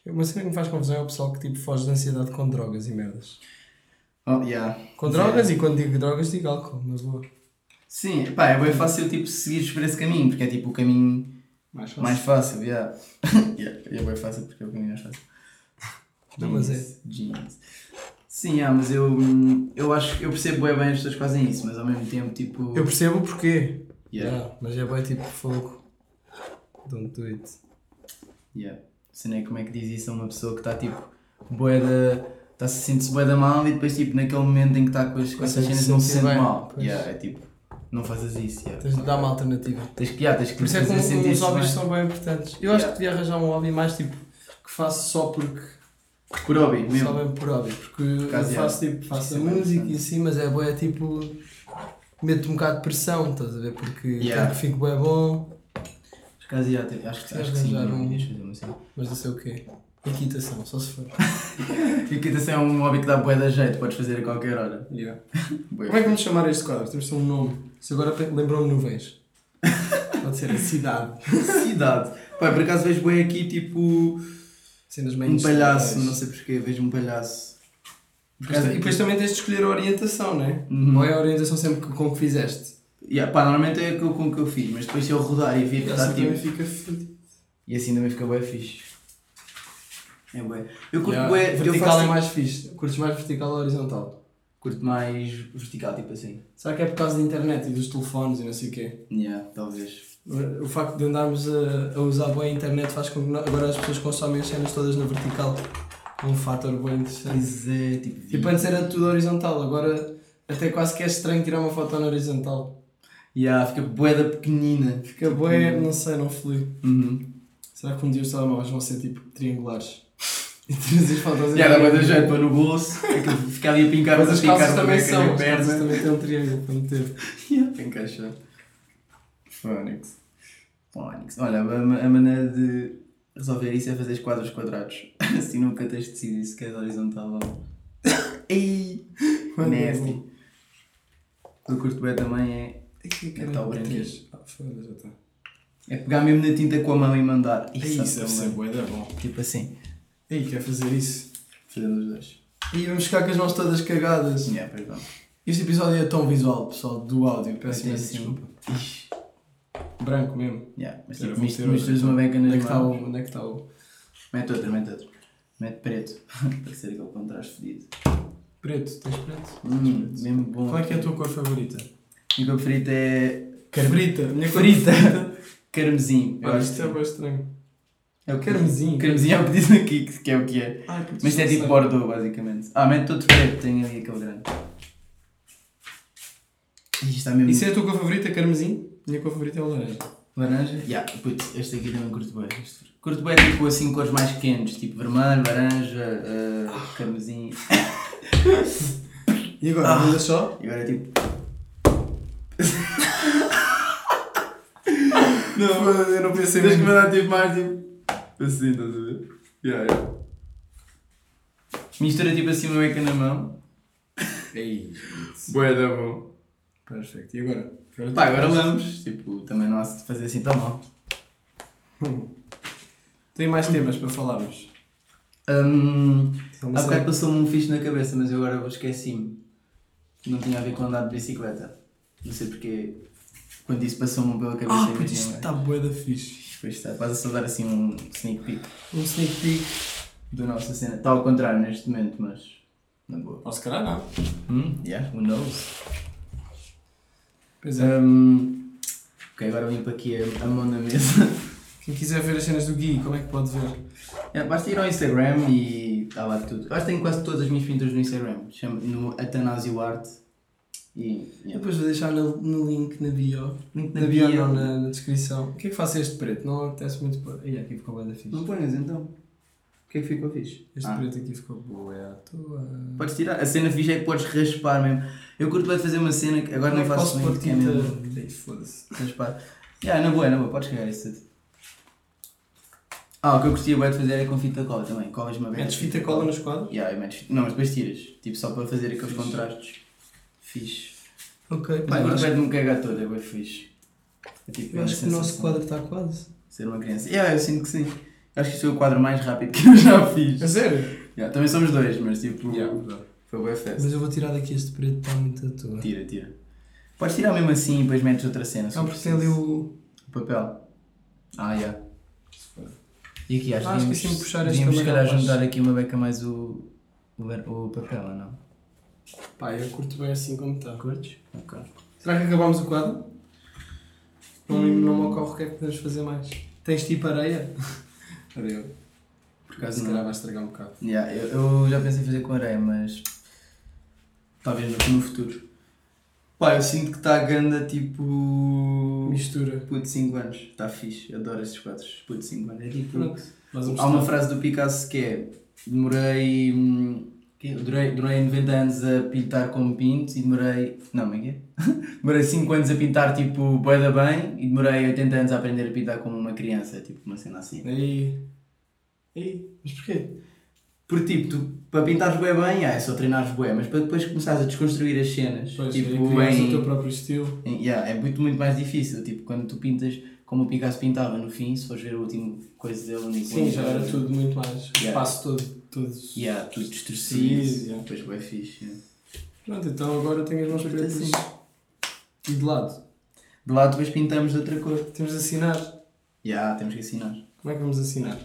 [SPEAKER 2] Uma cena que me faz confusão é o pessoal que tipo foge de ansiedade com drogas e merdas.
[SPEAKER 3] Oh, yeah.
[SPEAKER 2] Com
[SPEAKER 3] Mas é-
[SPEAKER 2] drogas e quando digo drogas digo álcool, na boa.
[SPEAKER 3] Sim, pá, é bem fácil tipo seguires por esse caminho, porque é tipo o caminho
[SPEAKER 2] Mais fácil.
[SPEAKER 3] mais fácil, yeah. yeah, é bem fácil porque é o caminho mais fácil.
[SPEAKER 2] Não, mas é.
[SPEAKER 3] Jeans, Jeans. Sim, ah, mas eu, hum, eu acho eu percebo bem, bem as pessoas que fazem isso, mas ao mesmo tempo tipo.
[SPEAKER 2] Eu percebo o porquê.
[SPEAKER 3] Yeah,
[SPEAKER 2] Yeah, mas é bem tipo fogo. Don't do it.
[SPEAKER 3] yeah. Sei nem como é que diz isso a uma pessoa que está tipo boeda. Tá, se sente-se boeda mal e depois tipo naquele momento em que está com, as- com essas
[SPEAKER 2] Consegue
[SPEAKER 3] cenas
[SPEAKER 2] se
[SPEAKER 3] não se
[SPEAKER 2] sentir
[SPEAKER 3] sente
[SPEAKER 2] bem.
[SPEAKER 3] mal.
[SPEAKER 2] Pois.
[SPEAKER 3] Yeah, é tipo, não fazes isso. Yeah.
[SPEAKER 2] Tens de dar uma alternativa.
[SPEAKER 3] Tens que, yeah, tens que
[SPEAKER 2] Por isso é que
[SPEAKER 3] fazer
[SPEAKER 2] um-
[SPEAKER 3] sentir-se
[SPEAKER 2] os hobbies
[SPEAKER 3] bem.
[SPEAKER 2] são bem importantes. Eu acho
[SPEAKER 3] Yeah.
[SPEAKER 2] que devia arranjar um hobby mais tipo que faço só porque.
[SPEAKER 3] Por hobby
[SPEAKER 2] Só
[SPEAKER 3] mesmo.
[SPEAKER 2] bem por hobby. Porque
[SPEAKER 3] acaso,
[SPEAKER 2] eu faço tipo, faço a
[SPEAKER 3] Isso é bem
[SPEAKER 2] música e
[SPEAKER 3] interessante.
[SPEAKER 2] assim, mas é boa, é tipo. Meto um bocado de pressão, estás a ver? Porque
[SPEAKER 3] Yeah.
[SPEAKER 2] tanto que fico bem bom,
[SPEAKER 3] Por acaso, já, te- acho que,
[SPEAKER 2] Tens
[SPEAKER 3] acho que
[SPEAKER 2] de
[SPEAKER 3] sim,
[SPEAKER 2] arranjar
[SPEAKER 3] não
[SPEAKER 2] um-
[SPEAKER 3] devias fazer uma cena.
[SPEAKER 2] mas não sei o quê. Equitação, só se for.
[SPEAKER 3] Equitação é um hobby que dá bué da jeito, podes fazer a qualquer hora. Bué.
[SPEAKER 2] Como é que vamos chamar este quadro? Temos de ter um nome. Se agora pe- lembrou-me nuvens. Pode ser a cidade.
[SPEAKER 3] Cidade. Pá, por acaso vejo bué aqui tipo
[SPEAKER 2] Cenas meio
[SPEAKER 3] um palhaço,
[SPEAKER 2] industriais.
[SPEAKER 3] não sei porquê, vejo um palhaço. Por
[SPEAKER 2] Depois-
[SPEAKER 3] acaso-
[SPEAKER 2] é, E depois também tens de escolher a orientação, não é?
[SPEAKER 3] Uhum.
[SPEAKER 2] Qual é a orientação sempre que- com que fizeste?
[SPEAKER 3] Yeah, pá, normalmente é com com o que eu fiz, mas depois se eu rodar e vir que está
[SPEAKER 2] também
[SPEAKER 3] tipo.
[SPEAKER 2] fica fodido.
[SPEAKER 3] E assim também fica bué fixe. É bué. Eu curto
[SPEAKER 2] Yeah.
[SPEAKER 3] bué, eu
[SPEAKER 2] Vertical
[SPEAKER 3] faço
[SPEAKER 2] é
[SPEAKER 3] tipo,
[SPEAKER 2] mais fixe. Curtes mais vertical ou horizontal?
[SPEAKER 3] curto mais vertical, tipo assim.
[SPEAKER 2] Será que é por causa da internet e dos telefones e não sei o quê?
[SPEAKER 3] Yeah, talvez.
[SPEAKER 2] O facto de andarmos a, a usar bem a internet faz com que no- agora as pessoas consomem as cenas todas na vertical. É Um fator bem interessante.
[SPEAKER 3] Pois é, tipo.
[SPEAKER 2] Tipo, antes era tudo horizontal, agora até quase que é estranho tirar uma foto na horizontal.
[SPEAKER 3] Yeah, fica bué da pequenina.
[SPEAKER 2] Fica bué, não sei, não flui.
[SPEAKER 3] Uhum.
[SPEAKER 2] Será que um dia os telemóveis vão ser tipo triangulares? E tiras as fotos em
[SPEAKER 3] Já dá para
[SPEAKER 2] triângulo.
[SPEAKER 3] jeito para no bolso, aquilo fica ali a pincar,
[SPEAKER 2] Mas tipo as
[SPEAKER 3] pincar
[SPEAKER 2] calças
[SPEAKER 3] com a
[SPEAKER 2] também
[SPEAKER 3] beca
[SPEAKER 2] são,
[SPEAKER 3] na
[SPEAKER 2] as
[SPEAKER 3] perna.
[SPEAKER 2] calças também têm um triângulo para meter.
[SPEAKER 3] Yeah, para encaixar. Fónix. Fónix. Olha, a, ma- a maneira de resolver isso é fazer quadros quadrados. assim nunca tens decidido se queres horizontal ou. Ei!
[SPEAKER 2] Mano,
[SPEAKER 3] Nasty. O que eu curto bem também é,
[SPEAKER 2] Aqui
[SPEAKER 3] Tá o branquinho.
[SPEAKER 2] Ah, foda-se, já está.
[SPEAKER 3] é pegar mesmo na tinta com a mão e mandar.
[SPEAKER 2] Isso, isso
[SPEAKER 3] é
[SPEAKER 2] deve ser bué da bom.
[SPEAKER 3] Tipo assim.
[SPEAKER 2] Ei, quer fazer isso?
[SPEAKER 3] Fazer os dois.
[SPEAKER 2] E vamos ficar com as mãos todas cagadas.
[SPEAKER 3] Yeah, perdão.
[SPEAKER 2] Este episódio é tão visual, pessoal, do áudio. Peço
[SPEAKER 3] Até
[SPEAKER 2] imensa
[SPEAKER 3] assim.
[SPEAKER 2] desculpa.
[SPEAKER 3] Ixi.
[SPEAKER 2] Branco mesmo.
[SPEAKER 3] Yeah, mas
[SPEAKER 2] Era
[SPEAKER 3] tipo,
[SPEAKER 2] bom
[SPEAKER 3] mist-
[SPEAKER 2] ter outra,
[SPEAKER 3] misturas
[SPEAKER 2] então.
[SPEAKER 3] uma beca nas
[SPEAKER 2] Onde é que está o...
[SPEAKER 3] mãos.
[SPEAKER 2] Onde é que está o...
[SPEAKER 3] Mete outra, mete outra. Mete preto. Para ser aquele contraste fedido.
[SPEAKER 2] Preto, tens preto?
[SPEAKER 3] Hum, mesmo bom.
[SPEAKER 2] Qual é que é a tua cor favorita?
[SPEAKER 3] Minha cor preferida é.
[SPEAKER 2] Frita. Minha cor
[SPEAKER 3] Frita.
[SPEAKER 2] favorita.
[SPEAKER 3] Carmesim. Eu
[SPEAKER 2] Olha,
[SPEAKER 3] acho
[SPEAKER 2] isto é
[SPEAKER 3] que-
[SPEAKER 2] bem estranho.
[SPEAKER 3] é o que-
[SPEAKER 2] Carmesim.
[SPEAKER 3] um Carmesim é o pedido aqui, que- que é o que é.
[SPEAKER 2] Ai, puto,
[SPEAKER 3] Mas isto é
[SPEAKER 2] não
[SPEAKER 3] tipo
[SPEAKER 2] sei.
[SPEAKER 3] Bordeaux, basicamente. Ah, mete todo preto, tem ali aquele grande. Ih, está mesmo.
[SPEAKER 2] Isso é a tua cor favorita, carmesim? Minha cor favorita é o laranja.
[SPEAKER 3] Laranja? Yeah, puto, este aqui também curto bem. Este- Curto bem tipo assim cores mais quentes, tipo vermelho, laranja, ah, carmesim.
[SPEAKER 2] E agora,
[SPEAKER 3] Ah.
[SPEAKER 2] manda só?
[SPEAKER 3] E agora é tipo.
[SPEAKER 2] Não, eu não pensei
[SPEAKER 3] Tens que
[SPEAKER 2] mesmo.
[SPEAKER 3] mandar tipo mais tipo. Assim, estás a ver? Yeah, yeah. Mistura tipo assim uma beca na mão. É
[SPEAKER 2] Ei,
[SPEAKER 3] Boa, da bom.
[SPEAKER 2] perfeito. E agora?
[SPEAKER 3] Pá, agora vamos. Tipo, também não há de fazer assim tão mal.
[SPEAKER 2] Tem mais temas para falarmos.
[SPEAKER 3] Hum,
[SPEAKER 2] Então,
[SPEAKER 3] há bocado passou-me um fixe na cabeça, mas eu agora vou- esqueci-me. Não tinha a ver com andar de bicicleta. Não sei porque. Quando isso passou-me pela cabeça,
[SPEAKER 2] Ah, puto, isto
[SPEAKER 3] imaginei.
[SPEAKER 2] está bué da fixe.
[SPEAKER 3] Pois está, quase a só dar assim um sneak peek
[SPEAKER 2] Um sneak peek.
[SPEAKER 3] da nossa cena. Está tá ao contrário neste momento, mas. Na boa.
[SPEAKER 2] Ou se calhar não.
[SPEAKER 3] Hum, yeah, who knows?
[SPEAKER 2] Pois é.
[SPEAKER 3] Hum, ok, agora limpo aqui a, a mão na mesa.
[SPEAKER 2] Quem quiser ver as cenas do Gui, como é que pode ver?
[SPEAKER 3] É, basta ir ao Instagram tá e está lá tudo. Eu acho que tenho quase todas as minhas pinturas no Instagram. Chama, no Atanasio Arte. E,
[SPEAKER 2] Eu
[SPEAKER 3] yeah.
[SPEAKER 2] Depois vou deixar no, no link na bio.
[SPEAKER 3] Link
[SPEAKER 2] Na,
[SPEAKER 3] na
[SPEAKER 2] bio,
[SPEAKER 3] bio.
[SPEAKER 2] não, na, na descrição. O que é que faço este preto? Não apetece muito pôr. Ih, aqui ficou bem da fixe.
[SPEAKER 3] Não ponhas então. O que é que ficou fixe?
[SPEAKER 2] Este
[SPEAKER 3] Ah.
[SPEAKER 2] preto aqui ficou boa, é à toa.
[SPEAKER 3] Podes tirar. A cena fixe é que podes raspar mesmo. Eu curto bem fazer uma cena que agora
[SPEAKER 2] Como é
[SPEAKER 3] não,
[SPEAKER 2] que
[SPEAKER 3] faço
[SPEAKER 2] posso
[SPEAKER 3] muito,
[SPEAKER 2] pôr
[SPEAKER 3] que é mesmo
[SPEAKER 2] tinta. Ei, Foda-se.
[SPEAKER 3] raspar. Yeah, na boa, na boa, podes cagar isso tudo. Ah, o que eu gostia bem de fazer é com fita cola também. Colas uma vez.
[SPEAKER 2] Metes fita cola nos quadros?
[SPEAKER 3] Yeah, eu meto fita- Não, mas depois tiras. Tipo, só para fazer aqueles contrastes. Fixe.
[SPEAKER 2] Ok,
[SPEAKER 3] Pá,
[SPEAKER 2] pá,
[SPEAKER 3] eu
[SPEAKER 2] eu acho-
[SPEAKER 3] gosto de me cagar todo, é bem fixe. É tipo, é
[SPEAKER 2] eu
[SPEAKER 3] uma
[SPEAKER 2] acho que o nosso
[SPEAKER 3] sensação.
[SPEAKER 2] quadro está quase.
[SPEAKER 3] Ser uma criança. Yeah, eu sinto que sim. Acho que isso foi o quadro mais rápido que eu já fiz.
[SPEAKER 2] A sério?
[SPEAKER 3] Yeah, também somos dois, mas tipo. Foi o festa.
[SPEAKER 2] Mas eu vou tirar daqui este preto, está muito à toa.
[SPEAKER 3] Tira, tira. Podes tirar mesmo assim e depois metes outra cena. se
[SPEAKER 2] Não, porque tem ali
[SPEAKER 3] preciso.
[SPEAKER 2] o.
[SPEAKER 3] o papel. Ah, já. E aqui acho
[SPEAKER 2] Ah,
[SPEAKER 3] que devíamos-
[SPEAKER 2] esqueci-me de puxar este
[SPEAKER 3] devíamos, se
[SPEAKER 2] também,
[SPEAKER 3] calhar
[SPEAKER 2] rapaz.
[SPEAKER 3] juntar aqui uma beca mais o, o, ver- o papel, ou não?
[SPEAKER 2] Pá, eu curto bem assim como está.
[SPEAKER 3] Curtes? Ok.
[SPEAKER 2] Será que acabámos o quadro? Não, me- não me ocorre o que é que podemos fazer mais. Tens tipo areia? areia.
[SPEAKER 3] Por
[SPEAKER 2] Se
[SPEAKER 3] acaso
[SPEAKER 2] calhar
[SPEAKER 3] não.
[SPEAKER 2] vai estragar um bocado.
[SPEAKER 3] Yeah, eu, eu já pensei em fazer com areia, mas talvez no, no futuro. Pá, eu sinto que está a ganda tipo.
[SPEAKER 2] Mistura.
[SPEAKER 3] Puto de 5 anos, está fixe, adoro esses quadros. Puto de 5 anos, é tipo.
[SPEAKER 2] Pronto. Mas
[SPEAKER 3] Há uma frase do Picasso que é: Demorei. hum, quê? Durei, durei 90 anos a pintar como pinto e demorei. Não, como é que é? demorei 5 anos a pintar tipo bué da bem e demorei 80 anos a aprender a pintar como uma criança, tipo uma cena assim.
[SPEAKER 2] Aí. Aí. Mas porquê?
[SPEAKER 3] Porque tipo, tu, para pintares bué bem, ah, é só treinares bué, mas para depois começares a desconstruir as cenas,
[SPEAKER 2] Pois, aí
[SPEAKER 3] tipo,
[SPEAKER 2] crias o
[SPEAKER 3] em,
[SPEAKER 2] teu próprio estilo.
[SPEAKER 3] em- yeah, é muito, muito mais difícil. Tipo, quando tu pintas como o Picasso pintava no fim, se fores ver a última coisa dele, no
[SPEAKER 2] Sim, já era tudo muito mais. O
[SPEAKER 3] Yeah.
[SPEAKER 2] espaço todo. Todos.
[SPEAKER 3] Yeah, tudo destruído,
[SPEAKER 2] Destruído, yeah.
[SPEAKER 3] depois bué fixe. yeah.
[SPEAKER 2] Pronto, então agora tenho as mãos pretas.
[SPEAKER 3] assim.
[SPEAKER 2] E de lado.
[SPEAKER 3] De lado depois pintamos de outra cor.
[SPEAKER 2] Temos de assinar.
[SPEAKER 3] Já, temos que assinar.
[SPEAKER 2] Como é que vamos assinar?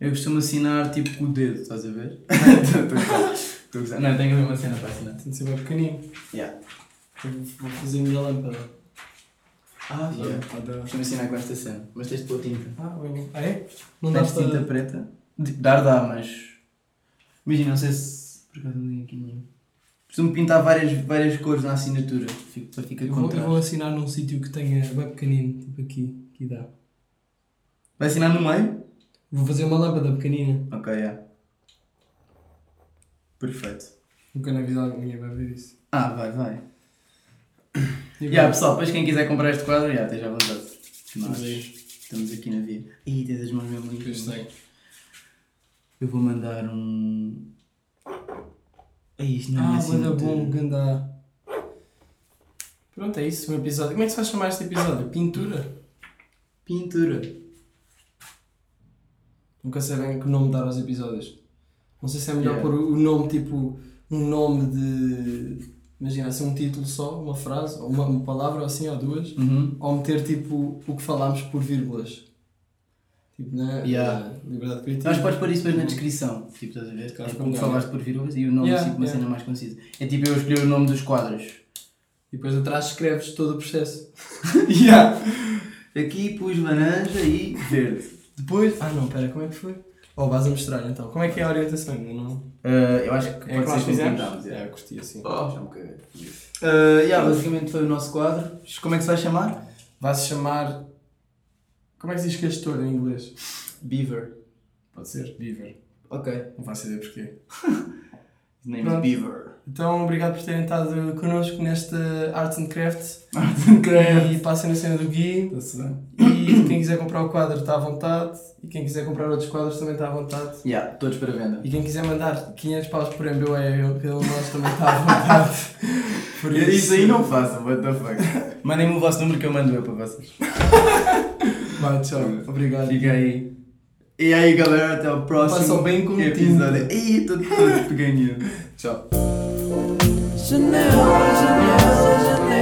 [SPEAKER 3] Eu costumo assinar tipo com o dedo, estás a ver? Estou a gozar. Não, eu tenho a mesma cena para assinar.
[SPEAKER 2] Tem de ser bem pequenino.
[SPEAKER 3] Yeah.
[SPEAKER 2] Eu Vou fazer a minha lâmpada.
[SPEAKER 3] Ah, yeah.
[SPEAKER 2] Lâmpada.
[SPEAKER 3] Costumo assinar com esta cena, mas tens de pôr tinta.
[SPEAKER 2] Ah, bem. Ah, é? Não dá
[SPEAKER 3] Tens tinta
[SPEAKER 2] para.
[SPEAKER 3] preta? De- Dar dá, mas. Imagina, não sei se. Por acaso não tenho aqui nenhum. Costumo pintar várias, várias cores na assinatura, fico, para ficar
[SPEAKER 2] Eu vou, eu vou
[SPEAKER 3] contraste.
[SPEAKER 2] assinar num sítio que tenha bem pequenino, tipo aqui, aqui dá.
[SPEAKER 3] Vai assinar no meio?
[SPEAKER 2] Vou fazer uma lâmpada pequenina.
[SPEAKER 3] Ok, yeah. Perfeito.
[SPEAKER 2] Nunca na vida ninguém vai ver isso.
[SPEAKER 3] Ah, vai, vai.
[SPEAKER 2] E
[SPEAKER 3] Yeah,
[SPEAKER 2] agora?
[SPEAKER 3] pessoal, depois quem quiser comprar este quadro, já esteja à vontade. Nós
[SPEAKER 2] Estamos aí.
[SPEAKER 3] estamos aqui na via. Ih, tens as mãos mesmo
[SPEAKER 2] Pois
[SPEAKER 3] limpas.
[SPEAKER 2] tem.
[SPEAKER 3] Eu vou mandar um. Ai, isto não é
[SPEAKER 2] Ah,
[SPEAKER 3] assim
[SPEAKER 2] manda
[SPEAKER 3] muito-
[SPEAKER 2] bom, ganda. Pronto, é isso, um episódio. Como é que se vai chamar este episódio? Pintura?
[SPEAKER 3] Pintura.
[SPEAKER 2] Nunca sei bem que nome dar aos episódios. Não sei se é melhor
[SPEAKER 3] Yeah.
[SPEAKER 2] pôr o nome, tipo, um nome de... Imagina, assim um título só, uma frase, ou uma, uma palavra, ou assim, ou duas.
[SPEAKER 3] Uhum.
[SPEAKER 2] Ou meter, tipo, o que falámos por vírgulas. Tipo, né?
[SPEAKER 3] Yeah.
[SPEAKER 2] Eh, Liberdade criativa.
[SPEAKER 3] Nós podes pôr isso depois na descrição. Tipo, estás a ver?
[SPEAKER 2] Claro,
[SPEAKER 3] É
[SPEAKER 2] com
[SPEAKER 3] como
[SPEAKER 2] calma.
[SPEAKER 3] falaste por vírgulas e o nome,
[SPEAKER 2] Yeah,
[SPEAKER 3] tipo, uma
[SPEAKER 2] yeah.
[SPEAKER 3] cena mais concisa. É tipo eu escolher o nome dos quadros.
[SPEAKER 2] E depois atrás escreves todo o processo.
[SPEAKER 3] yeah. Aqui pus laranja e verde.
[SPEAKER 2] Depois... Ah, não, pera, como é que foi? Ou vais a mostrar, então. Como é que é a orientação? Eu não...
[SPEAKER 3] Ah, eu acho que
[SPEAKER 2] É que
[SPEAKER 3] pode
[SPEAKER 2] nós
[SPEAKER 3] ser como
[SPEAKER 2] fizemos?
[SPEAKER 3] pintámos, yeah.
[SPEAKER 2] É, eu curti assim.
[SPEAKER 3] Já me caguei. Oh. Ah, yeah, basicamente foi o nosso quadro. Como é que se vai chamar?
[SPEAKER 2] Vai-se chamar. Como é que se diz castor em inglês?
[SPEAKER 3] Beaver.
[SPEAKER 2] Pode ser? Beaver.
[SPEAKER 3] Ok.
[SPEAKER 2] Não faço ideia porquê.
[SPEAKER 3] His name
[SPEAKER 2] Pronto.
[SPEAKER 3] is Beaver.
[SPEAKER 2] Então, obrigado por terem estado connosco neste Arts and Crafts.
[SPEAKER 3] Craft.
[SPEAKER 2] E passem na cena do Gui.
[SPEAKER 3] Está-se
[SPEAKER 2] E quem quiser comprar o quadro está à vontade. E quem quiser comprar outros quadros também está à vontade.
[SPEAKER 3] Yeah, todos para venda.
[SPEAKER 2] E quem quiser mandar 500 paus por MBA pelo é nós também está à vontade. Por
[SPEAKER 3] não façam, what the fuck. Mandem-me o vosso número que eu mando eu para vocês.
[SPEAKER 2] Vai, tchau. Obrigado.
[SPEAKER 3] Fica aí. E aí galera, até o próximo
[SPEAKER 2] Passam bem com o
[SPEAKER 3] episódio. tá, tipo, Ih, estou todo pequenino. Tchau.
[SPEAKER 5] Chanel, Chanel, Chanel.